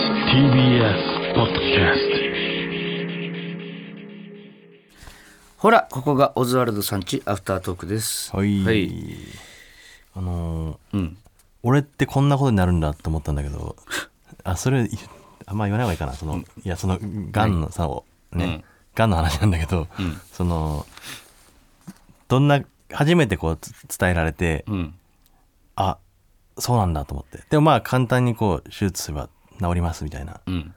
TBS ポッドキャスほら、ここがオズワルドさんちアフタートークです。はい、はいあのーうん。俺ってこんなことになるんだと思ったんだけどあそれあんま言わない方がいいかなその、いやそのがんのさをね、うんがんの話なんだけど、んそのどんな初めてこうつ伝えられて、うん。あそうなんだと思ってでもまあ簡単にこう手術すれば治りますみたいなうん。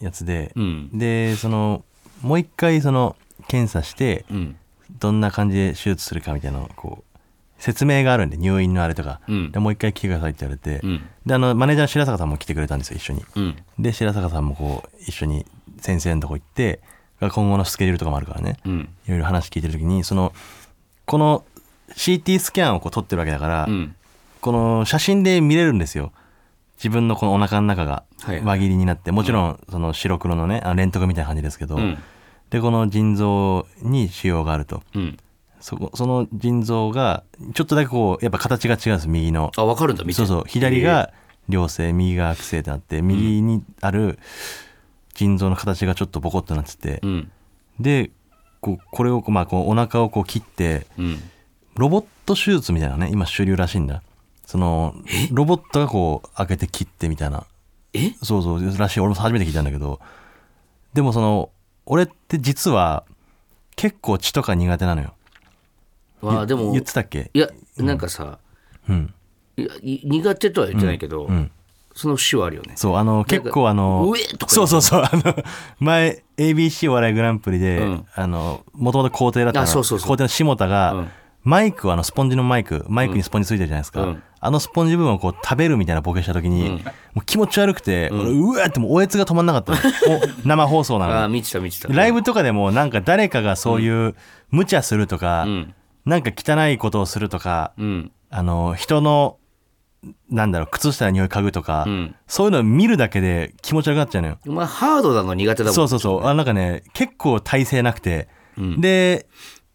やつで、うん。でそのもう一回その検査して、うん。どんな感じで手術するかみたいなのをこう説明があるんで入院のあれとか、うんでもう一回来てくださいって言われて、うん。であのマネージャーの白坂さんも来てくれたんですよ一緒にうん。で白坂さんもこう一緒に先生のとこ行って今後のスケジュールとかもあるからね、うん。いろいろ話聞いてる時にそのこの CT スキャンをこう撮ってるわけだから、うん。この写真で見れるんですよ自分のこのお腹の中がはい輪切りになって、もちろんその白黒のねあレントゲンみたいな感じですけど、うん。でこの腎臓に腫瘍があると、うん。そこその腎臓がちょっとだけこうやっぱ形が違うんです右のあ、わかるんだ、見て。そうそう左が良性右が悪性ってなって右にある腎臓の形がちょっとボコッとなってて、うん。でこうこれをこうまあこうお腹をこう切ってうん。ロボット手術みたいなね今主流らしいんだそのロボットがこう開けて切ってみたいなえそうそうらしい俺も初めて聞いたんだけどでもその俺って実は結構血とか苦手なのよわあ、ゆでも、言いってたっけや、なんかさ、うんいやい苦手とは言ってないけどう、んその節はあるよね。そうあの結構あのうえとか言うそうそうそうあの 前 ABC お笑いグランプリで、うんあの元々皇帝だったあのそうそうそう皇帝の下田が、うんマイクをあのスポンジのマイクマイクにスポンジついてるじゃないですか、うんあのスポンジ部分をこう食べるみたいなボケした時に、もう気持ち悪くて、俺うわーってもうおえつが止まんな かったのお生放送なのにあ、見てた見てた。ライブとかでもなんか誰かがそういう無茶するとか、んなんか汚いことをするとか、うん。あの人のなんだろう靴下の匂い嗅ぐとか、うん。そういうのを見るだけで気持ち悪くなっちゃうのよ。まあ、ハードなの苦手だもん。そうそうそう。あなんかね、結構体勢なくて。うんで、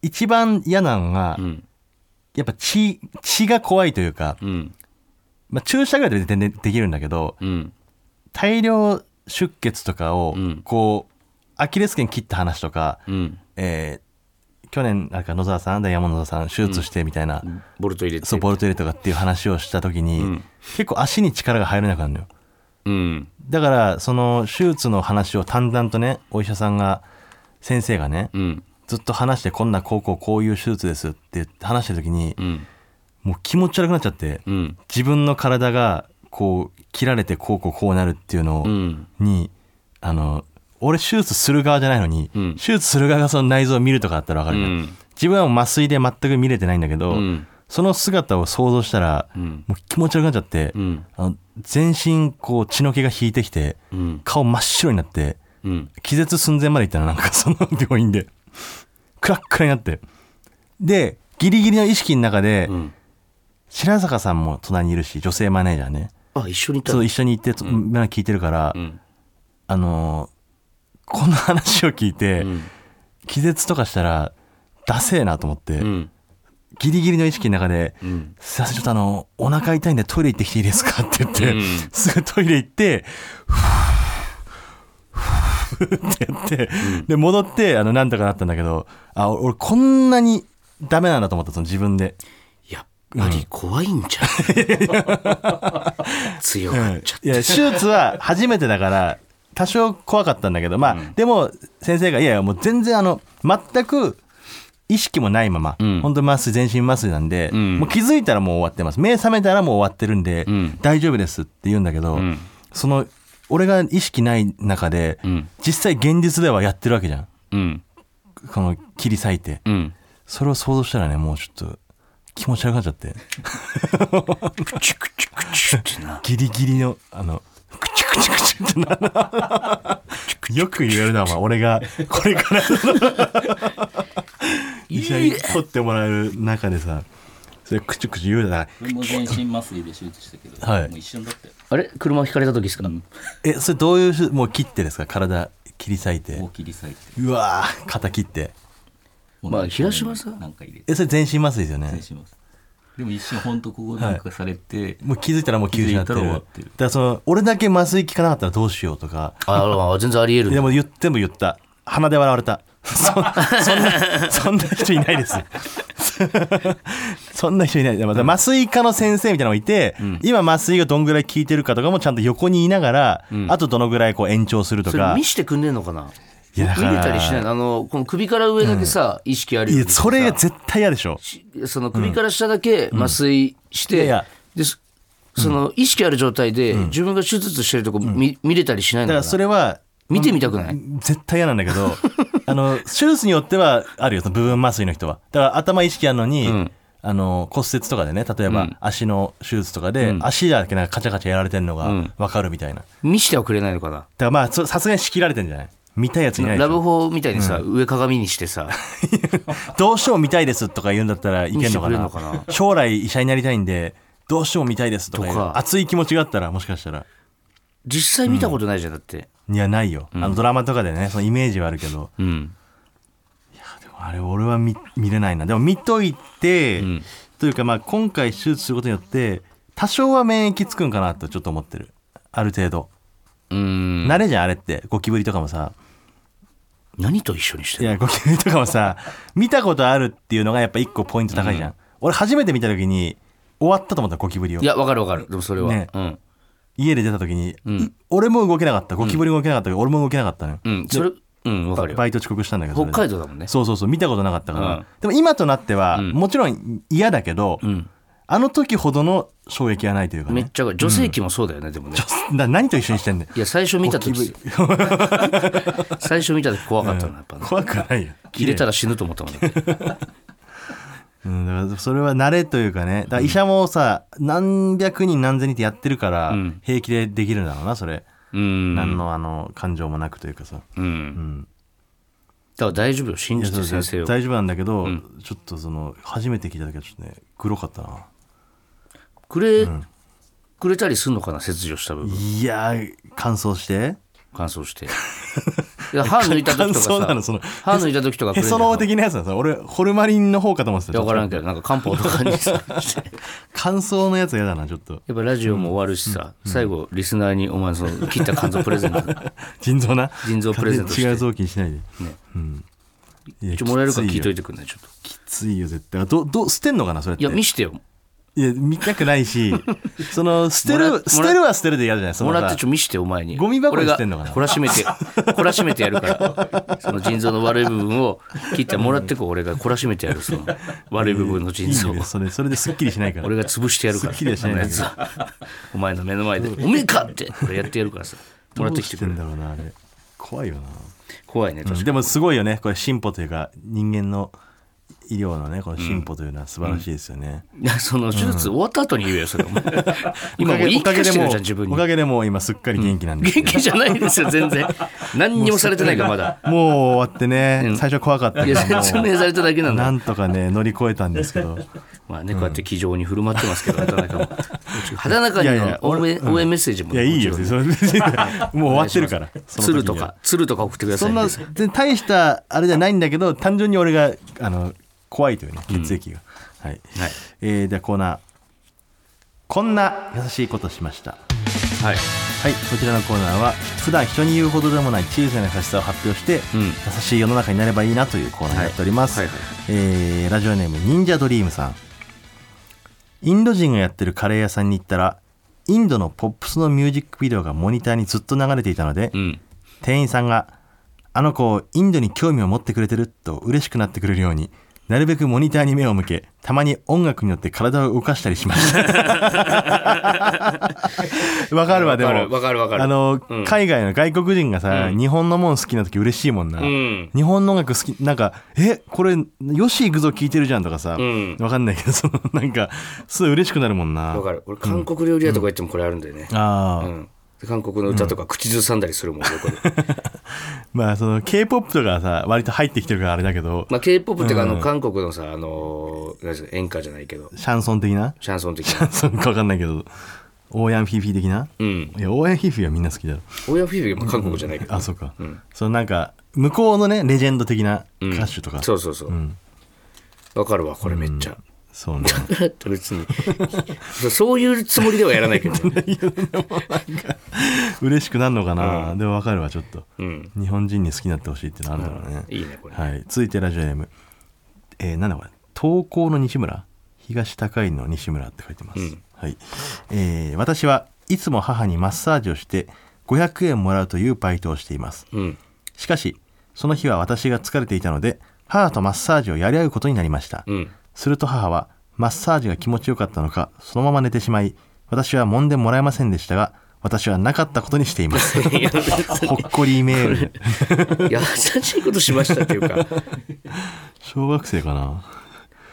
一番嫌なのが、んやっぱ血、血が怖いというか、うん。まあ、注射ぐらいで全然できるんだけど、うん。大量出血とかを、うんこう、アキレス腱切った話とか、うん。えー去年、なんか野沢さん、ダイヤモンド野沢さん、手術してみたいな、ボルト入れて。そう、ボルト入れとかっていう話をした時に、結構足に力が入らなくなるのよ。うん。だからその手術の話を淡々とねお医者さんが先生がね、うん。ずっと話してこんなこうこうこういう手術ですって言って話してる時に、うん。もう気持ち悪くなっちゃって、うん。自分の体がこう切られてこうこうこうなるっていうのを、うん。にあの俺手術する側じゃないのに、うん手術する側がその内臓を見るとかあったら分かるじゃんうん自分はもう麻酔で全く見れてないんだけうど、んその姿を想像したら、うんもう気持ち悪くなっちゃって、うん。あの全身こう血の気が引いてきて。うん。顔真っ白になってうん。気絶寸前まで行ったのなんか その病院でクラックラになってでギリギリの意識の中で、うん。白坂さんも隣にいるし女性マネージャーねあ、一緒にいたそう一緒に行って、とまあ聞いてるから、んあのーこの話を聞いて、ん気絶とかしたらダセえなと思って、うん。ギリギリの意識の中で「んすいませんちょっとあのお腹痛いんでトイレ行ってきていいですか?」って言って、うんすぐトイレ行ってふぅふぅってやって、で戻ってあのなんとかなったんだけどあ俺こんなにダメなんだと思ったその自分でやっぱり怖いんじゃ ん。強がっちゃっいや手術は初めてだから多少怖かったんだけどまあ、でも先生がいやいやもう全然あの全く意識もないまま、ん本当に麻酔全身麻酔なんで、んもう気づいたらもう終わってます目覚めたらもう終わってるんで、ん大丈夫ですって言うんだけど、んその俺が意識ない中で、ん実際現実ではやってるわけじゃんうん。この切り裂いてうん。それを想像したらねもうちょっと気持ち悪くなっちゃってクチュクチュクチュってな。ギリギリの、あの、クチュクチュクチュってな。よく言えるな、お前俺が、これから、 医者に取ってもらえる中でさ、それクチュクチュ言うだな。俺も全身麻酔で手術したけど、はいもう一瞬だったよあれ車引かれた時ですかえ、それどういうし、もう切ってですか体切り裂いて大。切り裂いてうわぁ、肩切って。まあ平島さんなんか入れてえ、それ全身麻酔ですよねしますでも一瞬本当ここなんかされて、もう気づいたらもう気づいて気づいたらる終だわかってるらその俺だけ麻酔効かなかったらどうしようとかああ全然ありえるでも言っても言った鼻で笑われたそそんなそんな人い ないですそんな人いないまた麻酔科の先生みたいなのがいて、今麻酔がどんぐらい効いてるかとかもちゃんと横にいながら、あとどのぐらいこう延長するとそれか見してくんねえのかないやだか見られたりしないのあのこの首から上だけさ、意識あるいようやにしてさそれが絶対嫌でしょしその首から下だけ麻酔しうんいやて、いやですその意識ある状態で自分が手術してるとこ見,、見れたりしないだのかからなそれは見てみたくない絶対嫌なんだけどあの手術によってはあるよその部分麻酔の人はだから頭意識あるのに、あの骨折とかでね例えば足の手術とかで、足だけなんかカチャカチャやられてるのが分かるみたいな、だか見してはくれないのかならまあそさすがに仕切られてんじゃない見たいやついないでしラブょホみたいにさ、上鏡にしてさ どうしても見たいですとか言うんだったらいけんのかな見せてくれんのか将来医者になりたいんでどうしても見たいですとか言うとか熱い気持ちがあったらもしかしたら実際見たことないじゃんだって、いやないよ、あのドラマとかでねそのイメージはあるけどうん、あれ俺は見見れないなでも見といて、というかまあ今回手術することによって多少は免疫つくんかなとちょっと思ってるある程度、うん、慣れじゃんあれってゴキブリとかもさ何と一緒にしいてるやゴキブリとかもさ見たことあるっていうのがやっぱ一個ポイント高いじゃん、俺初めて見た時に終わったと思ったゴキブリをいやわかるわかるでもそれは、ねうん、家で出た時に、俺も動けなかったゴキブリも動けなかったけど、俺も動けなかったのよ、うん、それうんわかるよバイト遅刻したんだけどそれ北で海道だもんねそうそうそう見たことなかったから、うんでも今となっては、もちろん嫌だけど、あの時ほどの衝撃はないというかめねっちゃわかる女性器もそうだよね、でもね な何と一緒にしてんねんいや最初見た時 最初見た時怖かったのやっぱ、ね怖くないよ入れたら死ぬと思ったもんだってうん、だからそれは慣れというかねだから医者もさ、何百人何千人ってやってるから、平気でできるんだろうなそれ、うん何のあの感情もなくというかさ、うん、だから大丈夫よ信じて先生を大丈夫なんだけど、ちょっとその初めて聞いた時はちょっとね黒かったなくれ、くれたりすんのかな切除した部分いやー乾燥して乾燥して いや歯抜いた時とか乾燥なさの その歯抜いた時とかくへれるそのの緒的なやつなんですよ俺ホルマリンの方かと思ってたいや分からんちけょっどなんか漢方とかにさ と乾燥のやつ嫌だなちょっと やっぱラジオも終わるしさ、最後リスナーにお前その切った肝臓プレゼン ト腎臓な腎臓プレゼントして違う臓器にしないで、うん、ちょもらえるから聞いといててくんないちょっときついよ絶対どど捨てんのかなそれっていや見してよいや見たくな いしその捨てもらる捨てるは捨てるで嫌じゃないそものさらってちょ見してお前にゴミ箱にしてんのかな俺が懲らし めて懲らしめてやるからその腎臓の悪い部分を切ってもらってこ俺が懲らしめてやるその悪い部分の腎臓をいいねそれそれですっきりしないか ら俺が潰してやるからすっきりはしないんだけどあのやつはお前の目の前で「おめえか!」って俺やってやるからさもらってきてくどうれしてんだろうなあれ怖いよな怖いね確かでもすごいよねこれ進歩というか人間の医療のねこの進歩というのは素晴らしいですよね、にいやその手術終わった後に言えよそれ お前今もおかうげ言いおか聞げかしでてもるうじゃん自分おにかげでもう今すっかり元気なんですけ元ど、気じゃないですよ全然何にもされてないからまだもう終わってね、最初は怖かったいけやども説明されただけなうんだなんとかね乗り越えたんですけ どまあね、こうやって気丈に振る舞ってますけど、畑中 も。畑中にいやいやは応援応援メッセージもいね、やいいよもそちれろんそれ別にもう終わってるからその鶴時とにはか、鶴とか送ってくださそいんね。な全然大したあれじゃないんだけど単純に俺があの怖いというね血液が、はい、はいえー、ではコーナーこんな優しいことしましたはい。はい、こちらのコーナーは普段人に言うほどでもない小さな優しさを発表して、うん優しい世の中になればいいなというコーナーになっております、はいはいえーラジオネーム忍者ドリームさんインド人がやってるカレー屋さんに行ったらインドのポップスのミュージックビデオがモニターにずっと流れていたので、うん。店員さんが「あの子インドに興味を持ってくれてる」と嬉しくなってくれるようになるべくモニターに目を向けたまに音楽によって体を動かしたりしました わかるわでもわかるわかるわかるあの、うん海外の外国人がさ、うん日本のもん好きな時嬉しいもんな、うん。日本の音楽好きなんか「えこれよし行くぞ聴いてるじゃん」とかさ、わうんかんないけどそのなんかすごい嬉しくなるもんなわかる。俺、韓国料理屋とか行ってもこれあるんだよね。ああ、うん。で韓国の歌とか口ずさんだりするもん、俺これ。まあその k p o p とかさ割と入ってきてるからあれだけど、まあ、K-POP っていうか、あの、韓国のさ、あのー、なんていうの演歌じゃないけど、シャンソン的なシャンソン的な。そんかわかんないけど、オーヤンフィーフィー的な、うん。いや、オーヤンフィーフィーはみんな好きだろ。オーヤンフィービーも韓国じゃないけど。あ、そうか。そのなんか、向こうのね、レジェンド的なうん歌手とか、そうそうそう。わかるわ、これめっちゃ。そうねだって 別にそうそういうつもりではやらない けど、嬉しくなるのかな、でもわかるわちょっとうん、日本人に好きになってほしいってなんだろうね、いいねこれ、はい続いてラジオネームえー、なんだこれ投稿の西村東高井の西村って書いてます、うんはいえー私はいつも母にマッサージをして500円もらうというバイトをしていますうんしかしその日は私が疲れていたので母とマッサージをやり合うことになりました、うんすると母はマッサージが気持ちよかったのかそのまま寝てしまい私は揉んでもらえませんでしたが私はなかったことにしていますいやほっこりメール 優しいことしましたっていうか 小学生かな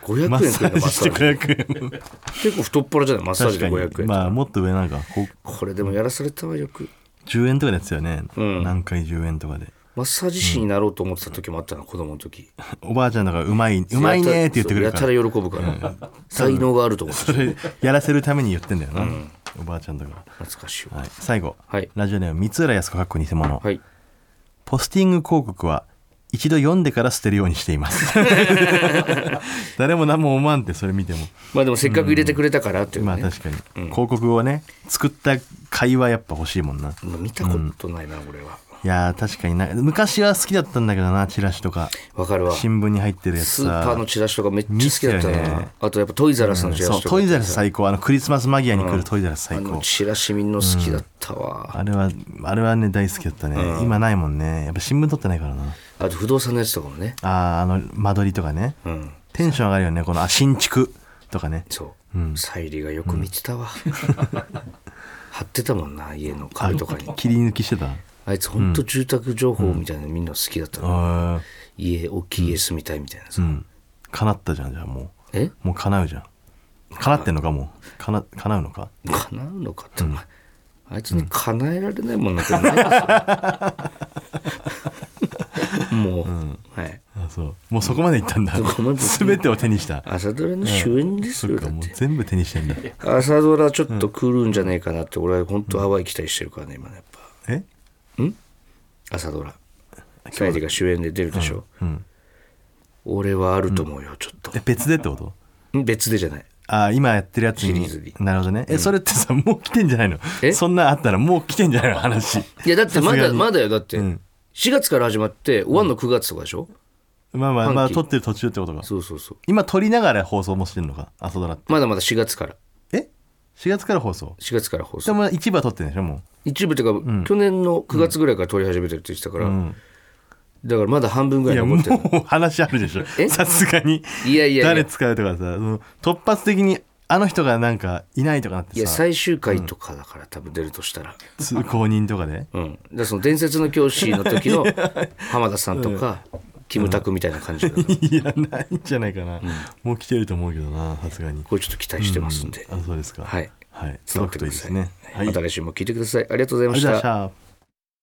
500円マッくサらいのーマッジサーしてジ500円 結構太っ腹じゃないマッサージ確でか500に円、まあもっと上なんかここれでもやらされたわよくう10円とかのやつだよね、うん何回10円とかでマッサージ師になろうと思ってた時もあったな子供の時おばあちゃんだからうまいうまいねーって言ってくれるからやたら喜ぶから才能があると思ってたそれやらせるために言ってんだよな、おばあちゃんだか懐かしいら、わはい、最後、はいラジオネーム三浦康子かっこ偽物、はいポスティング広告は一度読んでから捨てるようにしています 誰も何も思わんってそれ見てもまあでもせっかく入れてくれたからっていうねまあ確かに、広告をね作った会話やっぱ欲しいもんなまあ見たことないな俺はいやー確かにな昔は好きだったんだけどなチラシとかわかるわ新聞に入ってるやつさスーパーのチラシとかめっちゃ好きだった見てたよなねあとやっぱトイザラスのチラそうシとかトイザラス最高あのクリスマス間際に来るトイザラスあ最高、のチラシみんな好きだったわあれはあれはね大好きだったね、今ないもんねやっぱ新聞取ってないからなあと不動産のやつとかもねあーあの間取りとかね、うんテンション上がるよねこのあ新築とかねそう沙莉がよく見てたわ貼ってたもんな家のあ壁とかに切り抜きしてたあいつほんと住宅情報みたいなのみんな好きだったなあ家大きい家住みたいみたいなさーうん叶ったじゃんじゃあもえうもう叶うじゃん叶ってんのかもうかな叶うのか叶うのかってお前あいつに叶えられないもんなんてないですよもうはいあそうもうそこまでいったんだそこまで 全てを手にした朝ドラの主演ですそっよかだっもうて全部手にしてんだ朝ドラちょっと来るんじゃねえかなって俺は本当ハワイ期待してるからね今ねやっえぱ朝ドラ沙莉が主演で出るでしょうん俺はあると思うよちょっとえ別でってことん別でじゃないあー今やってるやつシリにーズになるほどねえそれってさもう来てんじゃないのえそんなんあったらもう来てんじゃないの 話いやだってまさすがだにまだよだってん4月から始まって終わんの9月とかでしょまあまあまあ半期撮ってる途中ってことかそうそうそう今撮りながら放送もしてんのか朝ドラってまだまだ4月からえ4月から放送4月から放で送も一部は撮ってんでしょも一部というか、去年の9月ぐらいから撮り始めてるって言ってたから、ううんだからまだ半分ぐらいいや残もってるう話あるでしょえさすがにいやいやいや誰使うとかさその突発的にあの人がなんかいないとかなっいてやさ最終回とかだから、多分出るとしたら,、通行人とかでうん、だからその伝説の教師の時 の浜田さんとか、キムタクみたいな感じだから、いやないんじゃないかな、もう来てると思うけどなさすがにこれちょっと期待してますんで、あそうですかはいはい届くといいですねはい、また来週も聞いてくださいありがとうございあまりしがとうございまたした